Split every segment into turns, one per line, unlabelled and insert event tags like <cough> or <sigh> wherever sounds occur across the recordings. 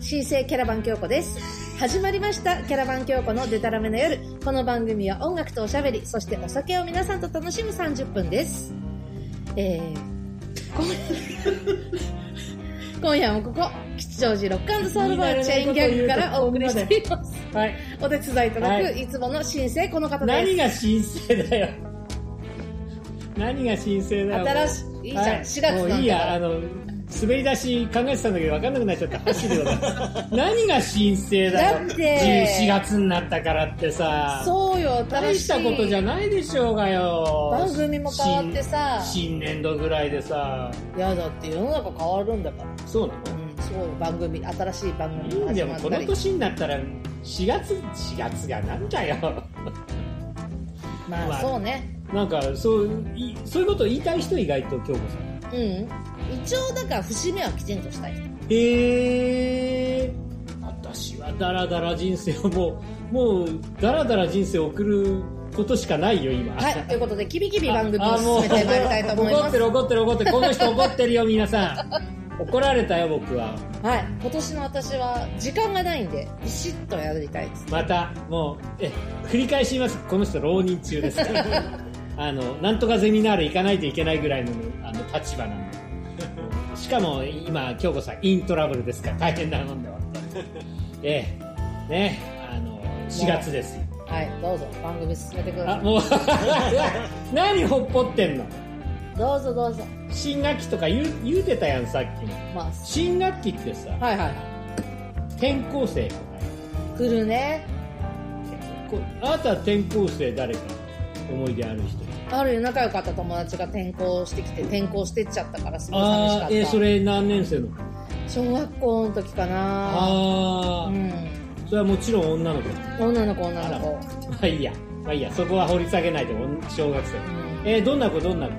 新生キャラバン京子です始まりましたキャラバン京子のデタラメな夜この番組は音楽とおしゃべりそしてお酒を皆さんと楽しむ30分ですえー、今 <laughs> 今夜もここ吉祥寺ロックソウルバーチェインギャングからお送りしています
はい。
お手伝いいただく、、
はい
つもの新生この方です
何が申請だよ。何が申請だよ。
新しいいいじゃん、
はい
4月なんだ
もういい
から
や、あの、滑り出し考えてたんだけど分かんなくなっちゃった。
<laughs>
走るよ。何が申請だよ。
だって
14月になったからってさ。
そうよ新
大
しい
したことじゃないでしょうがよ。
番組も変わってさ
新新年度ぐらいでさ。
いやだって世の中変わるんだから
そうなの
うんすごい番組新しい番
い
組が
いんだ
始
よ
まっ
こ
た
の
り
年になったら4月4月がなんだよ
まあ
は
そうね
なんかそういそういうことを言いたい人意外と京子さん
うん一応だから節目はきちんとしたい
へえ私はダラダラ人生をもうもうダラダラ人生を送ることしかないよ今
はいということでキビキビ番組を進めてまいりたいと思い
怒
ま
って
す
る怒ってる怒ってるこの人怒ってるよ皆さん怒られたよ僕は
はい今年の私は時間がないんでビシッとやりたいです
またもうえ繰り返し言いますこの人浪人中ですあのなんとかゼミナール行かないといけないぐらいのあの立場なんでしかも今京子さんイントラブルですから大変なもんだわええねあの4月ですよ
はいどうぞ番組進めてくだ
あ
さ
もう <laughs> 何ほっぽってんの
いどうぞどうぞ
新学期とか言う言うてたやんさっきも
ま
新学期ってさ
あはいはいは
転校生が
い来るね
こあなたは転校生誰か思い出ある人
あるよ仲良かった友達が転校してきて転校してっちゃったからすごい寂しか
あ
った
あえーそれ何年生の
小学校の時かな
あ
う
あ、
ん
それはもちろん女の子ま
女の子女の子
あいいやまあいいやそこは掘り下げないでお小学生
うん
えー、どんな子どんな子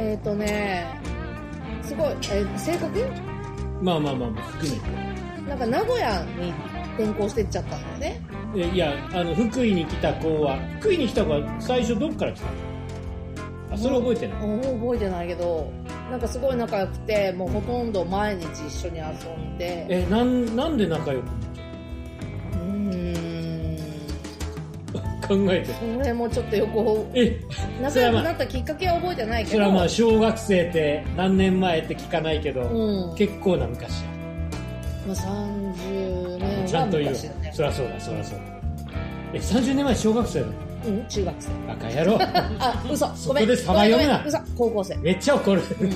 えっ、とねすごい、えー性格
まあまあまあまあ含
なんか名古屋に転校してっちゃったんだよね
めてえーいやあの福井に来た子は福井に来た子は最初どっから来たのあそれ覚えてない、
もう覚えてないけどなんかすごい仲良くてもうほとんど毎日一緒に遊んで
えーなんなんで仲良く
うーん
考えて
それもちょっとよく
え
仲良くなったきっかけは覚えてないけ
そ
ど
れはまあ小学生って何年前って聞かないけど、
うん
結構な昔や
まあ、30年
ちゃ
は
んと言う、
昔だね
そりゃそうだそりゃそうだえ30年前小学生だ
うん中学生
バカ野郎 <laughs>
あ嘘
そ
ご
こ
めん
でさば読
ごめ
むな
んごめん嘘高校生
めっちゃ怒る
うん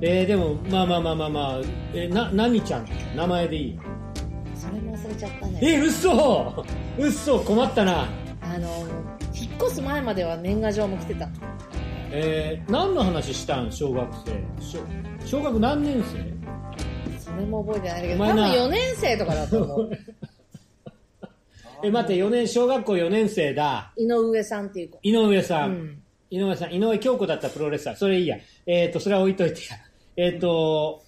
えー、でもまあまあまあまあまあ、えーな何ちゃん名前でいい
それも忘れちゃったね
え嘘嘘困ったな
あの引っ越す前までは年賀状も来てた
えー、何の話したん小学生小小学何年生
それも覚えてないんだけど
お
多
前
分4
な
年生とかだと思
<laughs>
う
え待って四年小学校4年生だ
井上さんっていう子
井上さ、
うんん
井上さん井上京子だったプロレスラーそれいいやえっ、ー、とそれは置いといてやえっ、ー、と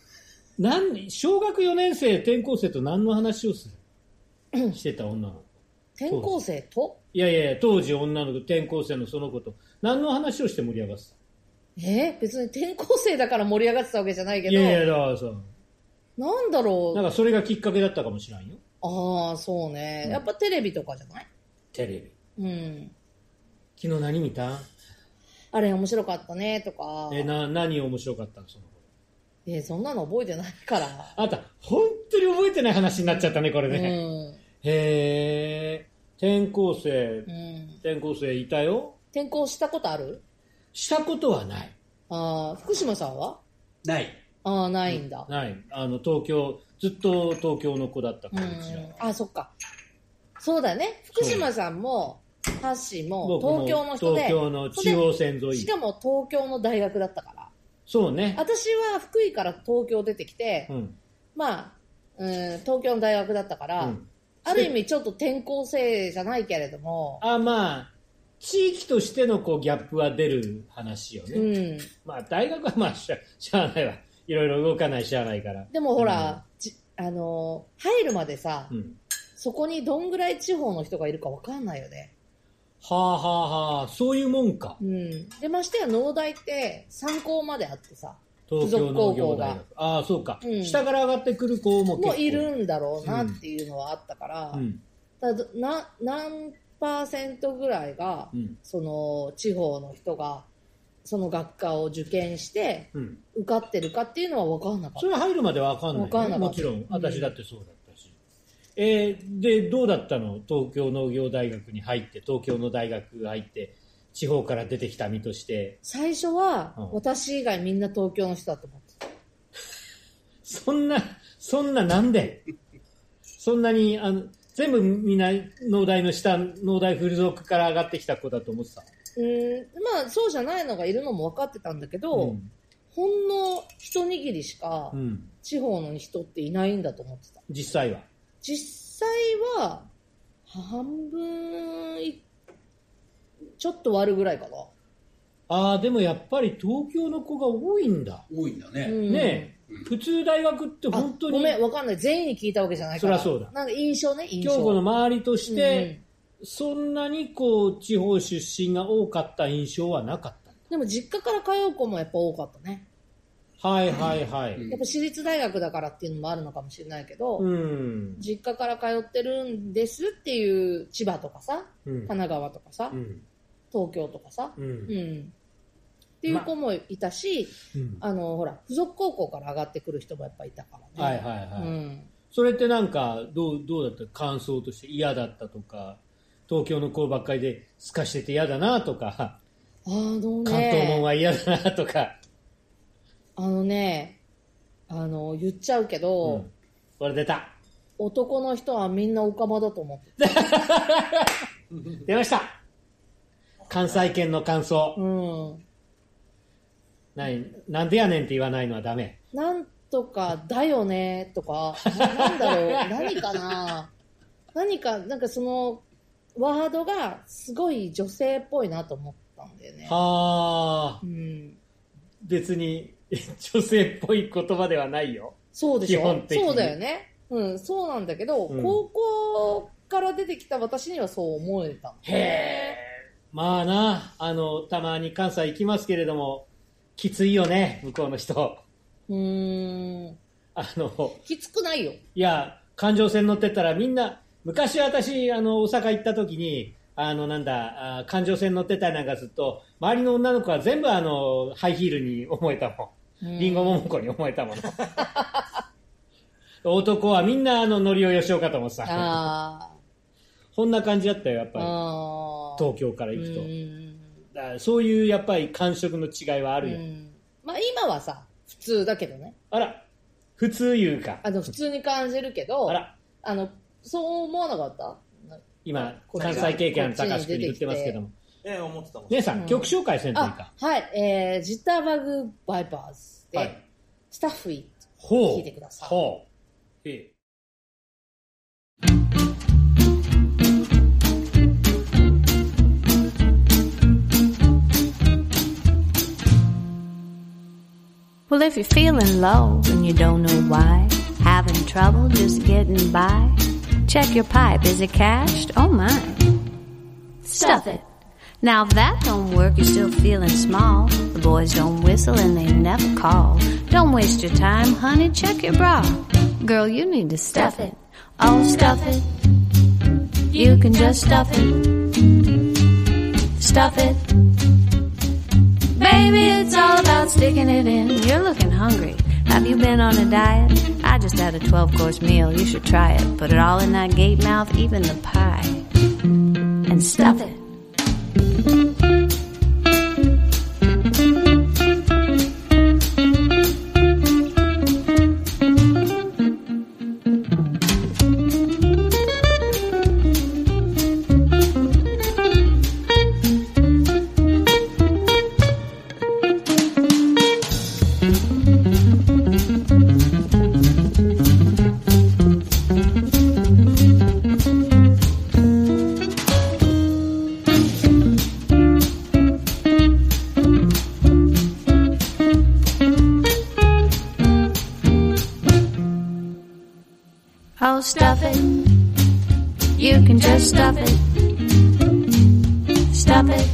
なん小学4年生転校生と何の話をす
<laughs>
るしてた女の子
転校生と
いやいやいや当時女の子転校生のその子と何の話をして盛り上がってた
えー別に転校生だから盛り上がってたわけじゃないけ
い
ど
やいやだからさ
なんだろ
な
うん
かそれがきっかけだったかもしれんよ
ああそうねやっぱテレビとかじゃない
テレビ
うん
昨日何見た
あれ面白かったねとか
えな何面白かったのその頃
えーそんなの覚えてないから
あんた本当に覚えてない話になっちゃったねこれ
う
ね、
ん
へえ転校生
うん
転校生いたよ
転校したことある
したことはない
ああ福島さんは
ない
ああないんだ
ないあの東京ずっと東京の子だったか
う
らうちら
ん
は、
あそっかそうだよね福島さんもハッシーも
僕も
東京の人で
東京の中央線沿
それで
い
しかも東京の大学だったから
そうね
私は福井から東京出てきて、
うん
まあうん東京の大学だったから、
うん
ある意味ちょっと転校生じゃないけれども、
あまあ地域としてのこうギャップは出る話よね、
うん、
まあ大学はまあしゃしゃあないわ。いろいろ動かないしゃあないから。
でもほら、じあの入るまでさ、
うん。
そこにどんぐらい地方の人がいるかわかんないよね、
はあはあはあ、そういうもんか。
うん、でましてや農大って参考まであってさ
東京農業大学
付属。
ああ、そうか、
うん
下から上がってくる子も結構
もういるんだろうなっていうのはあったから、
うん。
ただな何パーセントぐらいが、
うん。
その地方の人がその学科を受験して
うん。
受かってるかっていうのは分かんなかっ
それ入るまでは分かんない、
分かんなかった
もちろん、私だってそうだったし。えーで、どうだったの東京農業大学に入って、東京の大学入って、地方から出てきた身として、
た最初は
うん
私以外みんな東京の人だと思ってた
そんな、そんななんでそんなに、あの、全部みんな農大の下、農大附属から上がってきた子だと思ってた。
うーんまあそうじゃないのがいるのも分かってたんだけど、
ん
ほんの一握りしか
うん。
地方の人っていないんだと思ってた
実際は。
実際は半分いちょっと割るぐらいかな、
ああ、でもやっぱり東京の子が多いんだ。
多いんだ
う
ね。
ん
ねえ、普通大学って
あ
本当
ご
に、
めんわかんない全員に聞いたわけじゃないから
そりゃそうだ
なんか印象ね印
京
象
子の周りとして、
うん
そんなにこう、地方出身が多かった印象はなかっ
でも実家から通う子もやっぱ多かったね
た。はいはいはい。
うん
やっぱ私立大学だからっていうのもあるのかもしれないけど、
うん。
実家から通ってるんですっていう千葉とかさ
うん。うん
神。奈川とかさ、
うん。
東京とかさ、
う。
うんん、っていう子もいたし、
うん
あのほら付属高校から上がってくる人もやっぱいたから
はい
ね、
はいは
う
い。
ん、
それってなんかどうどうだった感想として嫌だったとか東京の子ばっかりで透かしてて嫌だなとか
あの
関東もん
ね
は嫌だなとか、
あのねあの言っちゃうけど、
うんこれ出た
男の人はみんなオカマだと思って
出ました関西圏の感想
た、うん、
ないなんでやねんって言わないのはダメ
なんとかだよねとかななんだ
<laughs>
ろう何かな何かなんかそのワードがすごい女性っぽいなと思ったんだよね、
はあ
うん、
別に女性っぽい言葉ではないよ
そうでし
基
ょ
本的に
そうだよね、うん、そうなんだけど、
うん
高校から出てきた私にはそう思えたの
へえまあなあのたまに関西行きますけれどもきついよね向こうの人
うーん
あの
きつくないよ
いや、環状線乗ってったらみんな、昔私、あの、大阪行った時に、あの、なんだ、あ環状線乗ってたりなんかすると、周りの女の子は全部あの、ハイヒールに思えたもん。リンゴ
も
桃子に思えたもの。 <laughs> 男はみんなあの、乗りをよしようかと思ってた。
あ
こんな感じだったよ、やっ
ー
ぱ
あ
り。
ー
東京から行くと
う。ん
だからそういうやっぱり感触の違いはあるよ。
うんまあ今はさ普通だけどね
あら、普通言うか。
あの普通に感じるけど
あら、
あのそう思わなかったな
今、
こっち
関
が
西経験の高橋君に言ってますけども。
ええ、思ってたもん。
姉さん、
うん
曲紹介せんといいか
あ。はい、えー、ジッターバグバイパーズで、
はい
スタッフイッ
ほう。
聞いてください
ほう。え
Well, if you're feeling low and you don't know why, having trouble just getting by, check your pipe. Is it cashed? Oh my. Stuff it. Now if that don't work, you're still feeling small. The boys don't whistle and they never call. Don't waste your time, honey. Check your bra. Girl, you need to stuff it. Oh, stuff it. You can just stuff it. Stuff it. Baby, it's all about sticking it in. You're looking hungry. Have you been on a diet? I just had a 12 course meal. You should try it. Put it all in that gate mouth, even the pie. And stuff it. Oh, stuff it. You can just stuff it. Stuff it.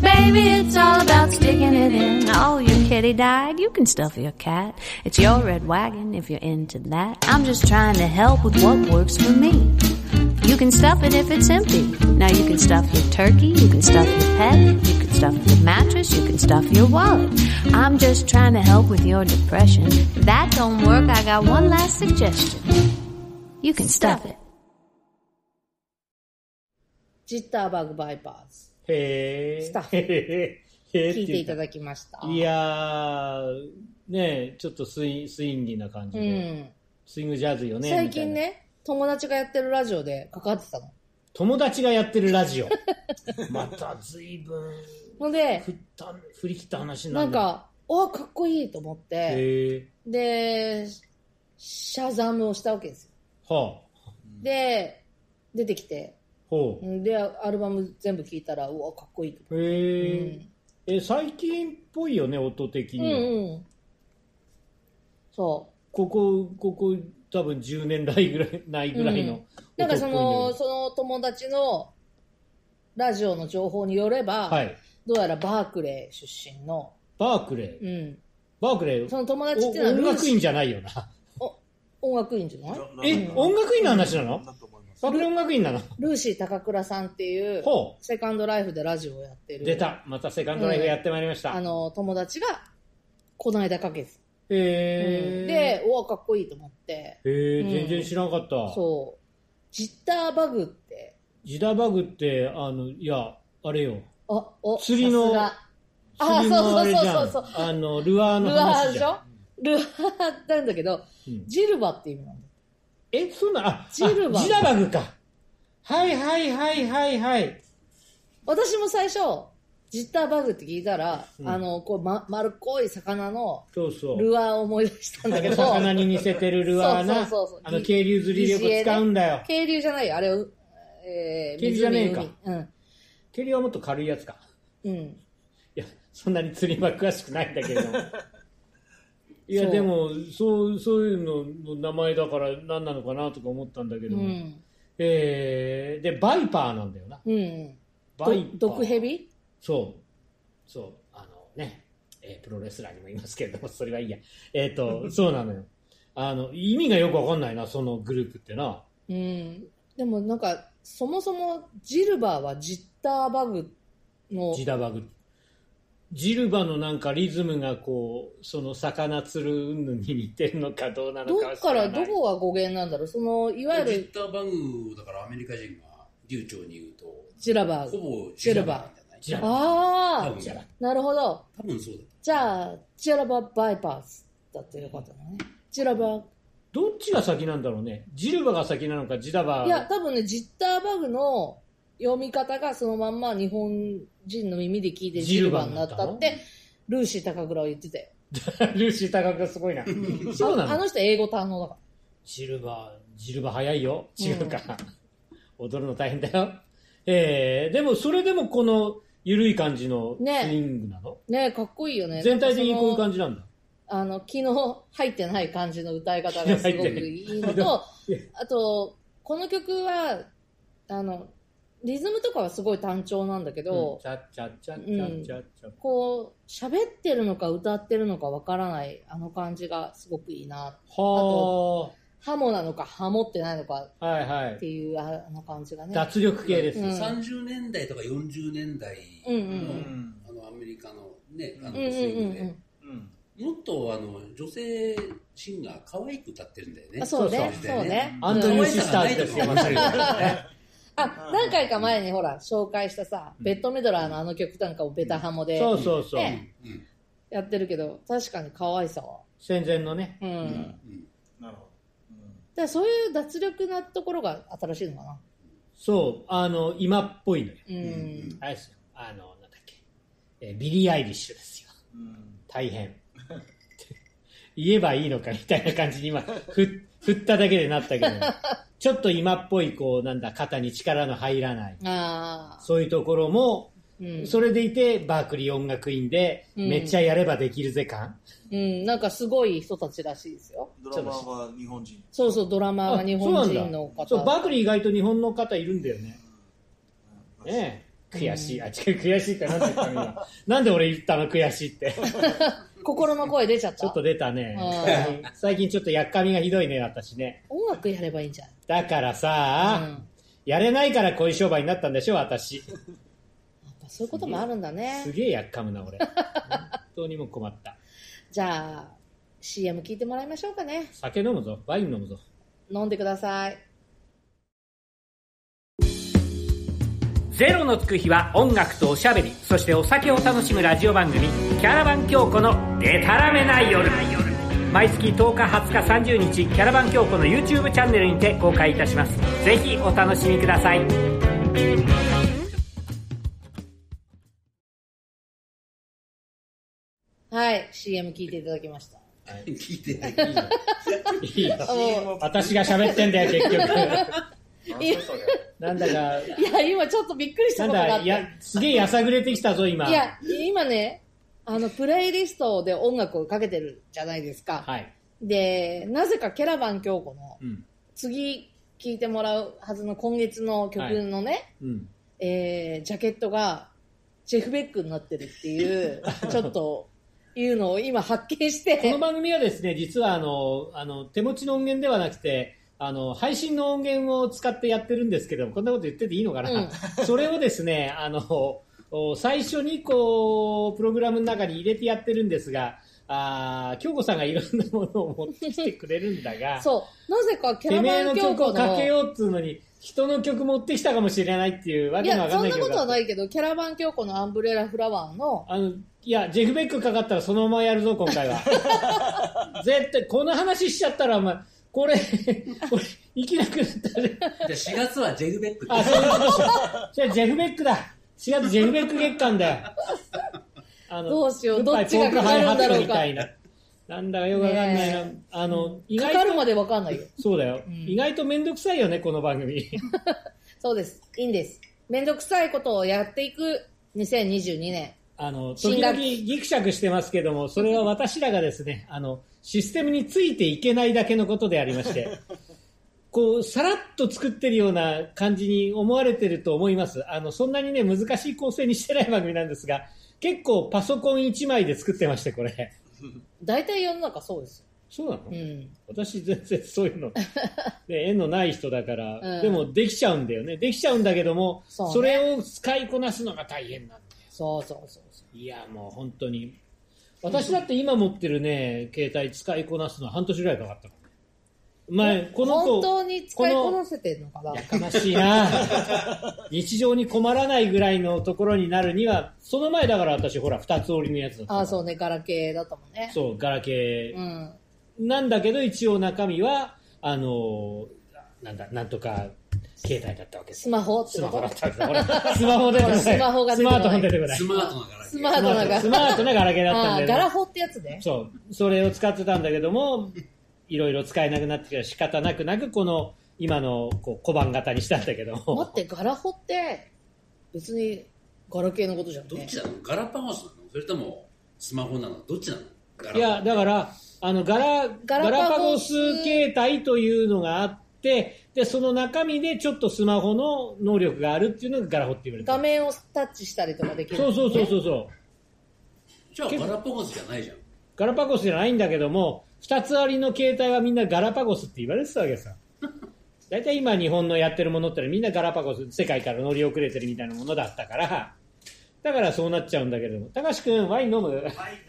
Baby, it's all about sticking it in. All your kitty died, you can stuff your cat. It's your red wagon if you're into that. I'm just trying to help with what works for me. You can stuff it if it's empty. Now you can stuff your turkey, you can stuff your pet, you can stuff your mattress, you can stuff your wallet. I'm just trying to help with your depression. If that don't work, I got one last suggestion. You can stuff it.
ジッターバグバイパーズ。
へえ。
スタッフ
へへへへ。
聞いていた
だ
だきました。
いやー、ねえ、ちょっとスイスインギーな感じ
う
で、
ん。
スイングジャズよね。
最近
みたいな。
ね、友達がやってるラジオでかかってたの。
友達がやってるラジオ。 <laughs> また随分
ほんで
振、った、振り切った話にな
な
る
ん、か、おかっこいいと思って、
へえ。
で、シャザムをしたわけですよ。
はあ。
で、出てきて、
ほう。
で、アルバム全部聴いたら、うわ、かっこいいと
へえ、え、最近っぽいよね、音的
思
に
う。
は。
うんうん。そ
ここ、ここ、多分10年来ぐらい、ないぐらいの音っ
う。
ぽ
な
い
ん
んだ
か
けど。
その、その友達のラジオの情報によれば、
はい。
どうやらバークレー出身の、
バークレー。
うん。
バークレー、
その友達
お
っていうのはル
音
ー
楽院じゃないよな。
お音楽院じゃない
え、音楽院の話なの
だと思います。
バークレー音楽院なの
ルーシー高倉さんっていう、
ほ
セカンドライフでラジオをやって
う。
る。
出。た。またセカンドライフやってまいりました。
あの、友達が、この間かけてた。
へ
で、
ー。
おわ、かっこいいと思って。
へ
う
ー、
ん
全然知らなかった。
そう。ジッターバグって、
ジダバグって、あの、いや、あれよ。
あ、お、
釣りの
さすがあ、
釣
そう
りのあ
そう
れじゃん
そうそうそう。
あの、ルアーの
ルアー
話
で
じ
し
ゃん。
ょルアーなんだけど、
うん
ジルバっていう意味なんだ。
え、そんな、あ、あ
ジルバグ
ジダバグか。はいはいはいはいはい。
私も最初、ジッターバグって聞いたら、
うん
あの、こう、ま、丸っこい魚の
そうそう。
ルアーを思い出したんだけど、
魚に似せてるルアーな
そうそうそうそう、
あの、渓流釣りでよく使うんだよ。
渓流じゃないよ、あれを、えー、
渓流じゃねえか
湖海
渓流はもっと軽いやつか。
うん。うん。
いや、そんなに釣りは詳しくないんだ
<laughs>
けれども。い
そ
や、
う
でも、そう、そういうのの名前だから何なのかなとか思ったんだけ
う
ども、
ん。
えー、で、バイパーなんだよな。
うん。
バイパー。
ど毒蛇
そう。そう。あのね、えープロレスラーにもいますけれども、 <laughs> それはいいや。えっ、と、そうなのよ。あの、意味がよくわかんないな、そのグループってな。
うん。でもなんか、そもそもジルバーはジッターバグの、
ジダバグ。ジルバのなんかリズムがこう、その魚釣る云々に似てるのかどうなの
ど
かは
っ
知
からら、
ない
どこが語源なんだろうその、いわゆ
ジ
る
ッターバグをだからアメリカ人が流暢に言うと、
ジラバー。
ほぼジェラバーじゃない
ジェラバ
多
あ
分
あ、なるほど。
多分そうだ
じゃあ、ジラバーバイパーズだってよかったのね。ジラバ
どっちが先なんだろうね。ジルバが先なのか、ジダバ
ー。いや、多分ね、ジッターバグの読み方がそのまんま日本人の耳で聞いてジルバーになったって、ルーシー高倉は言ってたよ。
ルーシー高がすごいな。そうな
あ
の
の人英語堪能だから。
ジルバ、ジルバ早いよ。違うか。踊るの大変だよ。えー、でもそれでもこの緩い感じのス
ね
イングなの、
ねえかっこいいよね。
全体的にこういう
じ。
感じなんだ。
あの、昨日入ってない感じの歌い方がすごくいいのと、 <laughs> あと、この曲は、あの、リズムとかはすごい単調なんだけど、
チャッチャッチャッチャッチャッチャッ。
こう、喋ってるのか歌ってるのかわからないあの感じがすごくいいな。
は
ハモなのかハモってないのか
あ。はいはい
って。いうあの感じがね。
脱力系です。
うん
30年代とか40年代の,、
うんうんう
あのアメリカのね、あの
うんうん
スイングで、
うん
うん
もっとあの女性シンガー可愛く歌ってるんだよ
うん。
ね。
あそうね、
そう
そ
そう
うね。
アントニオシスターズですよ、まさに。
あ、何回か前にほら、紹介したさ、ベッドメドラーのあの曲なんかをベタハモで
そうそうそう。
ね
うんうん
やってるけど、確かに可愛さは。
戦前のね。
うん。だか
うん
なるほど。
らそういう脱力なところが新しいのかな。
そう、あの、今っぽいのよ。
うん。
ん
あれですよ。あの、なんだっけ。えービリー・アイリッシュですよ。
うん。うん。
大変。 <laughs> 言えばいいのかみたいな感じに今、ふ振っただけでなったけど、ちょっと今っぽい、こう、なんだ、肩に力の入らない。
ああ。
そういうところも、
うん。
それでいて、バークリー音楽院で、
うん
めっちゃやればできるぜ感。
うん。なんかすごい人たちらしいですよ。
ドラマーが日本人。
そうそう、ドラマーが日本人の方。
あそうなんだそうバークリー意外と日本の方いるんだよね。
<laughs>
ねえ悔しい。あ、違う、悔しいってなんて言ったの今。なんで俺言ったの悔しいって。
心の声出ちゃっ
ちょったと。出たね
う。
最近ちょっとやっかみがひどいね、私ね。
音楽やればいいんじゃん。
だから
うん、
さ
や、
やれないからこういう商売になったんでしょ、
<laughs>
私。
っぱそういうこともあるんだ
す
ね。
げえやっかむな、俺。本当にもう困った。
じゃあ、CM 聞いてもらいましょうかね。
酒飲むぞ、ワイン飲むぞ。
飲んでください。
ゼロのつく日は音楽とおしゃべり、そしてお酒を楽しむラジオ番組、キャラバン京子のデタラメな夜。毎月10日、20日、30日、キャラバン京子の YouTube チャンネルにて公開いたします。ぜひお楽しみください。
はい、CM 聞いていただきました。
聞いてない。いいの
いいよ私が喋って
<laughs>
んだよ、結局。なんだか、
いや、今ちょっとびっくりした
なん
ことがあ
だ、
っ
いや
て。、
すげえやさぐれてきたぞ、今。
いや、今ね、あの、プレイリストで音楽をかけてるじゃないですか。
はい。
で、なぜかキャラバン京子の
うん。
次聴いてもらうはずの今月の曲のね、
うん。
えージャケットがジェフ・ベックになってるって
<laughs>
いう、ちょっと、いうのを今発見して。
この番組はですね、実はあの、あの、手持ちの音源ではなくて、あの、配信の音源を使ってやってるんですけども、こんなこと言ってていいのかな、
うん
それをですね、あの、お最初にこう、プログラムの中に入れてやってるんですが、あー京子さんがいろんなものを持ってきてくれるんだが、
そう。なぜかキ
て
ャ
め
ラ
え
バン
の
京
曲
子
をか
の。
けようっつうのに、人の曲持ってきたかもしれないっていうわ
い
けのわ
や、
か
そ
ん
ん
な
な
い曲
ことは
だっ
ないけど、キャラバン京子のアンブレラフラワーの、
あの、いや、ジェフベックかかったらそのままやるぞ、今回は。
<laughs>
絶対、この話しちゃったら、お前、これ、これ、生きなくなったね。
じゃあ4月はジェグベック
あ、そういうことかじゃあ、ジェフベックだ。4月ジェフベック月間だよ。あ
どうしよう
グッバイ
どっちがかかるんだろうか
ポークハイハットみたいな。なんだかよくわかんないな。あの、意
か
外と、
かるまでわかんないよ。
そうだよ、
うん
意外とめんどくさいよね、この番組。
そうです。いいんです。めんどくさいことをやっていく2022年。
あの、時
新学
々
期
ギクシャクしてますけども、それは私らがですね、あの、システムについていけないだけのことでありま
<laughs>
して、こう、さらっと作ってるような感じに思われてると思います。あの、そんなにね、難しい構成にしてない番組なんですが、結構パソコン1枚で作ってまして、これ。
大体世の中そうです
そうな
よ。
の、
うん。
私全然そう
<laughs>
いうの、ね、縁のない人だから、
うん
でもできちゃうんだよね。できちゃうんだけども、
そうね
それを使いこなすのが大変なんだ。
そうそうそうそう。
いや、もう本当に。私だって今持ってるね、携帯使いこなすのは半年ぐらいかかったからね。前、この
本
子、
当に使いこなせてるのかな
やかまし
<laughs>
いな。日常に困らないぐらいのところになるには、その前だから私、ほら、二つ折りのやつだったから。
ああ、そうね。ガラケーだったもんね。
そう、ガラケ
う。ん。
ー。なんだけど、一応中身は、あのー、なんだ、なんとか、携帯だったわけです
ス。マホって
ス
こ
マホだ
と
ったわけですほら。スマホ出てこない。
スマホが出
ス
てこな
マ
い
ートフォン出てこない。
スマートだから。
スマートなガ
スマートなガラケーだったん
あ
だ
あ、
よ
ガ
ね
ラホってやつね。
そう、それを使ってたんだけども、いろいろ使えなくなってきた仕方なくなく、この今のこう小判型にしたんだけども
待って、ガラホって、別にガラケーのことじゃん
どっ
ね
ち。なのガラパゴスなのそれともスマホなのどっちなのガラパ
いや、だから、あのガラ
ガラパゴ
ガ
ス
ラパゴス形態というのがあって、でその中身でちょっとスマホの能力があるっていうのがガラホって言われて
画
る。
面をタッチしたりとかできる。
そうそうそうそうそう。
じゃあガラパゴスじゃないじゃん。
ガラパゴスじゃないんだけども、二つありの携帯はみんなガラパゴスって言われてたわ
<laughs>
けさ。大体今日本のやってるものってのはみんなガラパゴス、世界から乗り遅れてるみたいなものだったから、だからそうなっちゃうんだけれども。高橋くん、ワイン飲むっ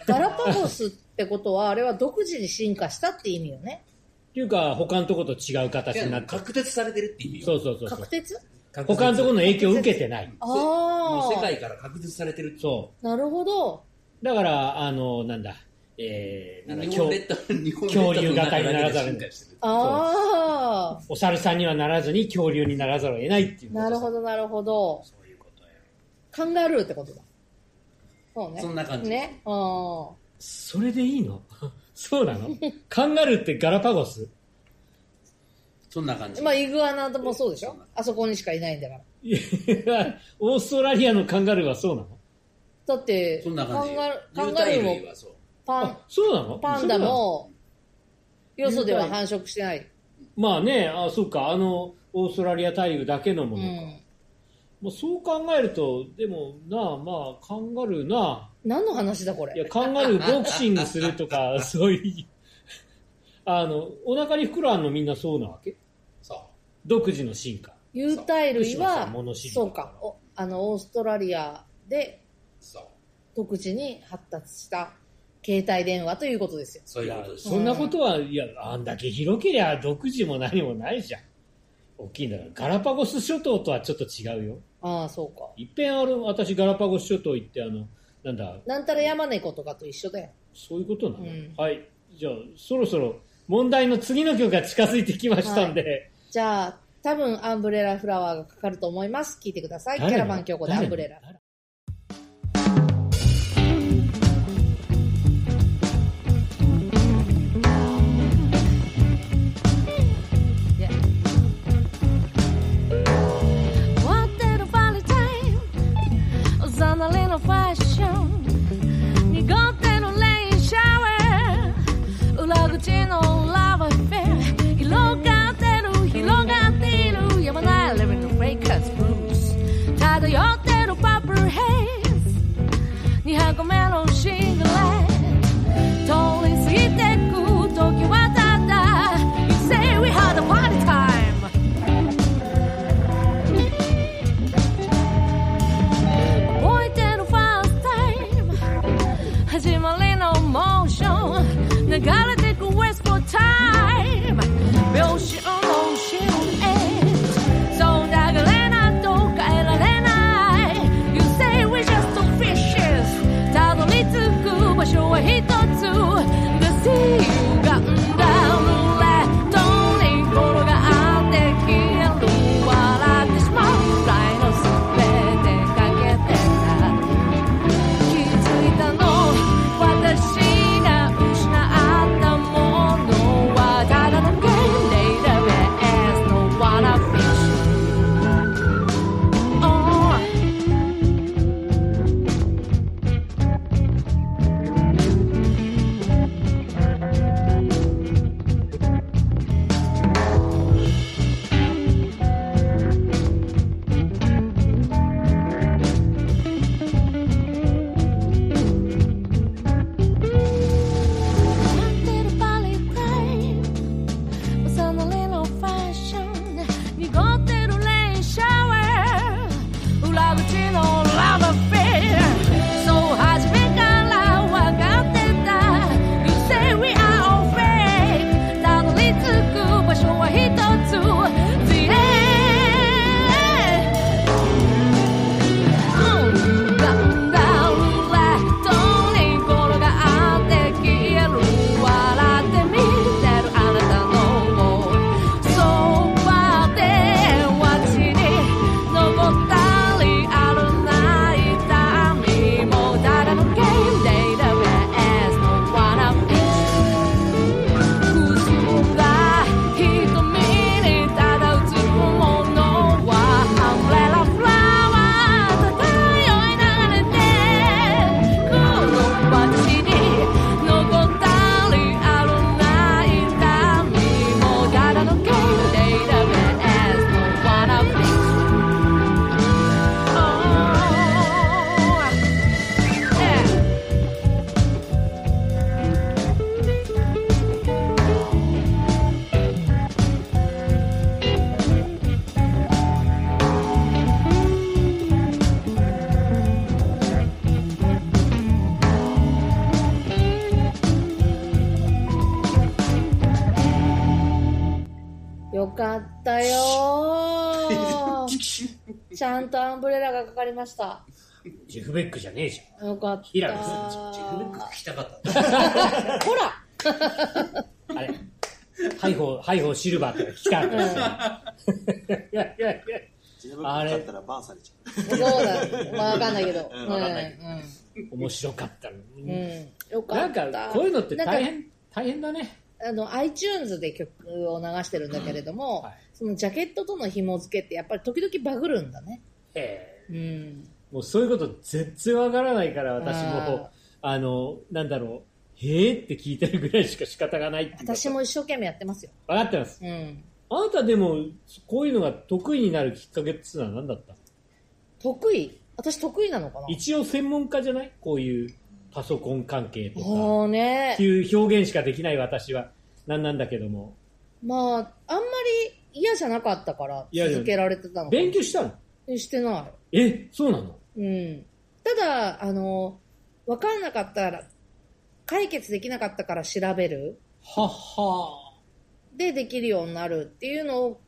ガラパゴスってことは、あれは独自に進化したって意味よね。
ていうか、他のとこと違う形になっちゃう。
確立されてるって意味よ。
そうそうそうそ
確
う。
鉄
他のとこの影響を受けてない。
あ
もう世
あ、
界から確立されてるって
そ
なるほど。
う。だから、あの、なんだ、えー、なんだ、
日
今
本列
日、
島日本列
恐
島
竜
の中
型にならざる
進化してる
ああ、
お猿さんにはならずに恐竜にならざるを得ないっていうこと
なるほど、なるほど。
そういうことよ
カンガルーってことだ。そうね。
そんな感じ
ね。うん。
それでいいの <laughs> そうなの <laughs> カンガルーってガラパゴス
そんな感じ。
まあ、イグアナもそうでし
そ
ょ
うなん
あそこにしかいないんだから。
いや <laughs> オーストラリアのカンガルーはそうなの
だって、
そんな
カ
感
ン
じ。
ガルー、カンガルー
有
も
袋類はそう。
パン
あ、そうなの
パンダ
そう
も、よそでは繁殖してない。
なのまあねあそうかあのオーストラリア大陸だけの
う
ものか、
ん。
もうそう考えると、でもなあ、まあ、カンガルーな
何の話だこ
あ、いや、
れ。
カンガルーボクシングすると
<laughs>
か、そういう、あの、お腹に袋あんのみんなそうなわけ
さあ
独自の進化。
有袋類は
物、知りだ
そうか、おあの、オーストラリアで
さあ
独自に発達した携帯電話ということですよ。
そう
い
いう
や
ことです
そんなことは、いや、あんだけ広けりゃ独自も何もないじゃん。大きいんだから。ガラパゴス諸島とはちょっと違うよ。
ああ、そうか。
いっぺんあの、私ガラパゴス諸島行って、あの、なんだ、
なんたら山猫とかと一緒だよ。
そういうことなの、
うん
はい。じゃあ、そろそろ問題の次の曲が近づいてきましたんで、
じゃあ、多分アンブレラフラワーがかかると思います。聞いてください。キ
誰の
ャラバン京子でアンブレラ。。
誰の
What did I find time? Was on a little fashion. 濁っての連射は裏口のラブフェア広がってる広がっているやまない Living the Breakers Blues 漂ってるパ r ルヘイズ2箱目のシングル通り過ぎてく時はたった You say we had a party time 覚えてるファーストタイム始まりのモーション流れてくウエストタイム秒針のシルエットそう流れなど変えられない eh. You say we just fishes たどり着く場所は一つ The sea が生んだルーレットに転がって消える笑ってしまう未来の全てかけてた気づいたの私が失ったものはただのゲームデータベースのわらびし待ってるバレンタイン幼なれのファッション濁ってるレインシャワー裏口のラブフェアそう初めから分かってた You say we are all fake Tá たどり着く場所は一つ The end 「だんだんルーレットに転がって消える」「笑って見てるあなたのそばで街に残ったり歩ない痛みもただのゲームデータベースのわらびくが瞳にただ映るものはアンブレラフラワー漂い流れてこの街に残ったりあるない痛みもただのゲームデータベースのわらび Oh, yeah.
よかったよー
<laughs>
ちゃんとアンブレラがかかりました。
ジェフベックじゃねえじ
よかった。
ヒラです
ジェフベック聞きたかった
ほら
ゃん。あれ。ハイホー、ハイホーシルバーとか聞きたかったですねいやいやい
<laughs>
や。
ジェネブック買ったらバンされち
そ
ゃう。
うだ。まあ、わかんないけ
<laughs>
ど。
うんわかんないけ
面白かったの。
うん。うん。よか
な
っ
ん
た。
か、こういうのって大
なんか
変、大変だね。
あの、iTunes で曲を流してるんだけれども、
はい
そのジャケットとの紐付けってやっぱり時々バグるんだね。
え
う
え
ん。
もうそういうこと全然わからないから私もあのなんだろうへえって聞いてるぐらいしか仕方がないっていうか
私も一生懸命やってますよ。
分かってます
うん。
あなたでもこういうのが得意になるきっかけっつうのは何だった
得意私得意なのかな
一応専門家じゃないこういうパソコン関係とか。
ああね
っていう表現しかできない私は、なんなんだけども。
まああんまり嫌じゃなかったから
いやいや
続けられてたのかな
勉強したの
してな
え、そうなの
いうんただあの分からなかったら解決できなかったから調べる
はは
でできるようになるっていうのを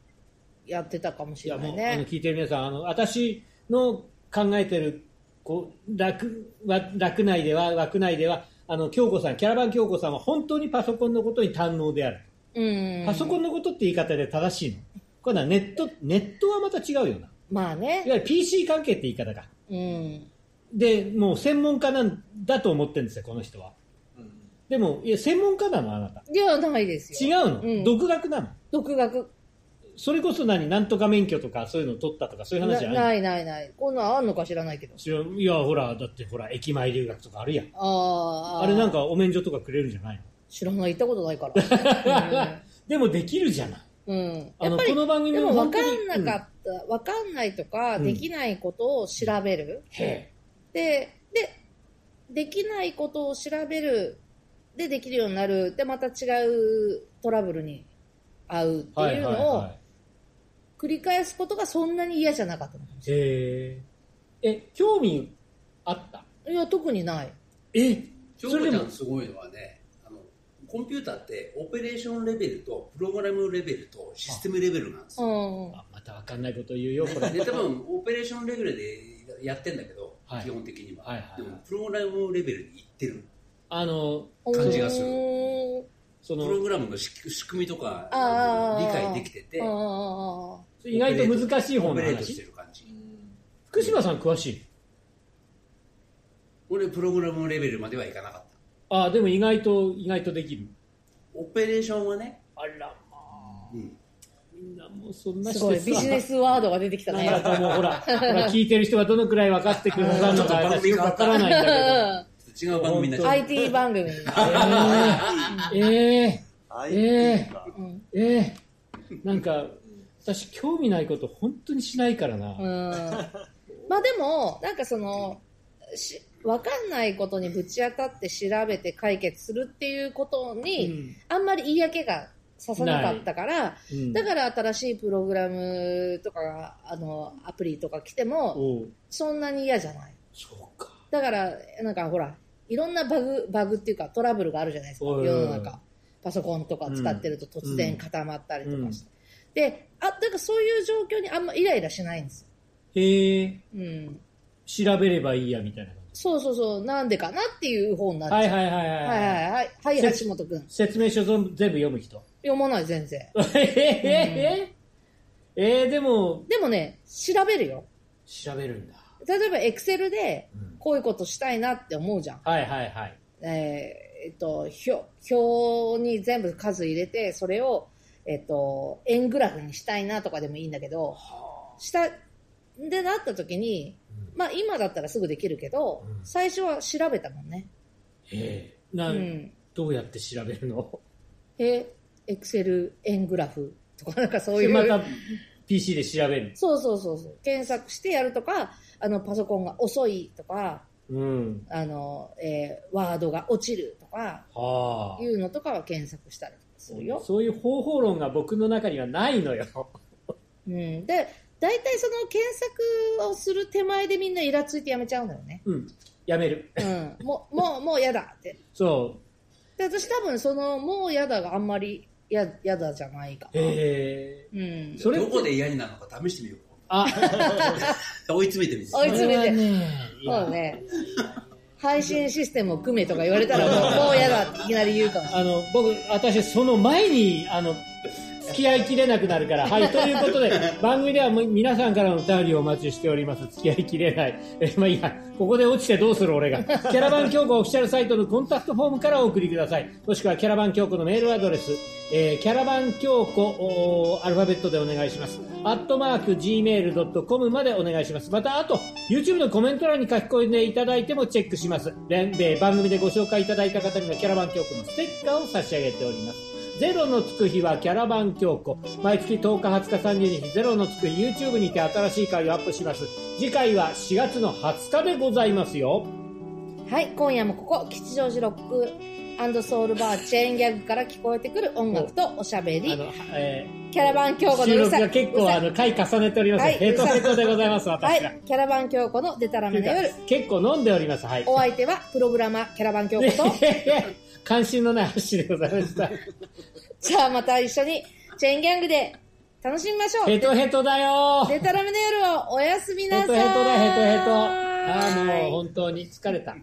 やってたかもし
い
れ
や、
ない
も、
う
あの、
ね
聞いてる皆さん、あの、私の考えてる、こう、楽、わ楽内では、枠内では、あの、京子さん、キャラバン京子さんは本当にパソコンのことに堪能である。
うん
パソコンのことって言い方で正しいのこれはネット、ネットはまた違うよな。
まあ
い
ね
わゆる PC 関係って言い方が。
うん
で、もう専門家なんだと思ってるんですよ、この人は。でも、いや、専門家なの、あなた。
ではないです
違
よ
うの、
うん
独学なの
独学
それこそ何、なんとか免許とか、そういうの取ったとか、そういう話じ
な
ゃない
ないないないこんなんあんのか知らないけど
違ういや、ほら、だってほら、駅前留学とかあるやん。
あーあー
あれなんかお免状とかくれるんじゃないの
知らない行ったことないから、
<laughs> でもできるじゃない。
うんうん、
あ
や
の、
っぱり
この番組
で
の
も分
本
か
当に
んなかった、分かんないとか、
うん
できないことを調べる。
うんへ
で、で、できないことを調べる。で、できるようになる。で、また違うトラブルに遭うって
えはいいうはい
のを
は
繰り返すことがそんなに嫌じゃなかったのかもし
い。へえ。え、興味あった
れない。いや、特にない。
え
京
それ
子
で
ち
も
ゃんすごいのはねあの、コンピューターってオペレーションレベルとプログラムレベルとシステムレベルなんです
う
よ。
ん。
あまたわかんないこと言うよ、これ。
で多分オペレーションレベルでやってんだけど、
はい
基本的には,、
はいはいはい
でもプログラムレベルにいってる
あの、
感じがする
る。
そ
プロ
の、
グラムの仕仕組みとか
あー
あの理解できてて
ああ。
意外と難しい
オ
方の
ペレートして
話。
る感じ
福島さん詳しい
俺プログラムレベルまではいかなかった
あ、でも意外と、意外とできる。
オペレーションはね、
あらまあ、
うん
みんなもうそんな
すごい、ビジネスワードが出てきた
な <laughs>
ね
ん。だかもうほら、ほら聞いてる人がどのくらい分かってくださるのか、私よく分からないんだ
違う番組になっちゃう
IT 番組。
けど。え
は
え
うん。
い。
ー、えー、なんか、私興味ないこと本当にしないからな。
うんまあでも、なんかその、しわかんないことにぶち当たって調べて解決するっていうこと
う
に、
ん
あんまり言い訳がささなかったから、
うん
だから新しいプログラムとかが、あの、アプリとか来ても、
おう
そんなに嫌じゃない。
そうか。
だから、なんかほら、いろんなバグ、バグっていうかトラブルがあるじゃないですか、
おいおいおい
世の中。パソコンとか使ってると突然固まったりとかして。で、あ、だからそういう状況にあんまイライラしないんです
へえ
よ。うん。
ー、調べればいいや、みたいな感
そうそうそう、なんでかなっていう方になっ
じ。
ちゃう。
はいはいはいはい。
はいはいはい。はい、
せ
橋本くん。
説明書全部読む人。
読まない、全然。
えー、えー、えー、でも、
でもね、調べるよ。
調べるんだ。
例えば、エクセルで
うん、
こういうことしたいなって思うじゃん。
はいはいはい。
えーえっと、表、表に全部数入れて、それを、えっと、円グラフにしたいなとかでもいいんだけど、した、でなった時に、まあ今だったらすぐできるけど、
うん
最初は調べたもんね。
ええ
う
な、
ん。
どうやって調べるの
え、エクセル、円グラフとかなんかそうい
で
う。
また PC で調べる。
そうそうそうそう。検索してやるとか、あの、パソコンが遅いとか、
うん。
あの、えーワードが落ちるとか、
はあ
い。うのとかは検索したりとかするよ。
そういう方法論が僕の中にはないのよ。
うん。で、大体その検索をする手前でみんなイラついてやめちゃうんだよね。
うん。やめる。
うん。 <laughs> もう、もう、もうやだって。
そ
で、私多分その、もうやだがあんまり、や、やだじゃないか
う。
な。
へえ。
うん。
それっ
ど
て
こで嫌になるのか試してみよう
あ、
追い詰めてみて
<laughs> 追い詰めて
これはね
そうね。配信システムを組めとか言われたらもう、もうやだっていきなり言うかもしれない。
あの、僕、私、その前に、あの、付き合いきれなくなるから、はい、ということで、番組ではもう皆さんからのお便りをお待ちしております。付き合いきれない。え、まあ、いいや、ここで落ちてどうする俺が。キャラバン京子オフィシャルサイトのコンタクトフォームからお送りください。もしくはキャラバン京子のメールアドレス、えーキャラバン京子、おーアルファベットでお願いします。アットマーク、gmail.com までお願いします。また、あと、YouTube のコメント欄に書き込んでいただいてもチェックします。連米番組でご紹介いただいた方にはキャラバン教区のステッカーを差し上げております。ゼロのつく日はキャラバン強行毎月10日20日30日ゼロのつく日 YouTube にて新しい回をアップします次回は4月の20日でございますよ
はい、今夜もここ、吉祥寺ロックソウルバーチェーンギャグから聞こえてくる音楽とおしゃべ
あ
り、
の、え
キャラバン京
ー
子の
収
うる
録
さい。
が結
う
構
る
あ
さい
の回重ねております、
はい
ヘトヘトでございます
は
私が、
い、キャラバン京子のデタラ
とい
メ
うか
な夜。
結構飲んでおりますはい
お相手はプログラマーキャラバン京子と、 <laughs>
<laughs> 関心のない話でございました
じゃあまた一緒にチェーンギャングで楽しみましょ
ヘ
う。
トヘトだよ
デタラメの夜をおやすみ
ヘ
な
ト
さ
ヘ
い。
トだヘトヘトああもう本当に疲れた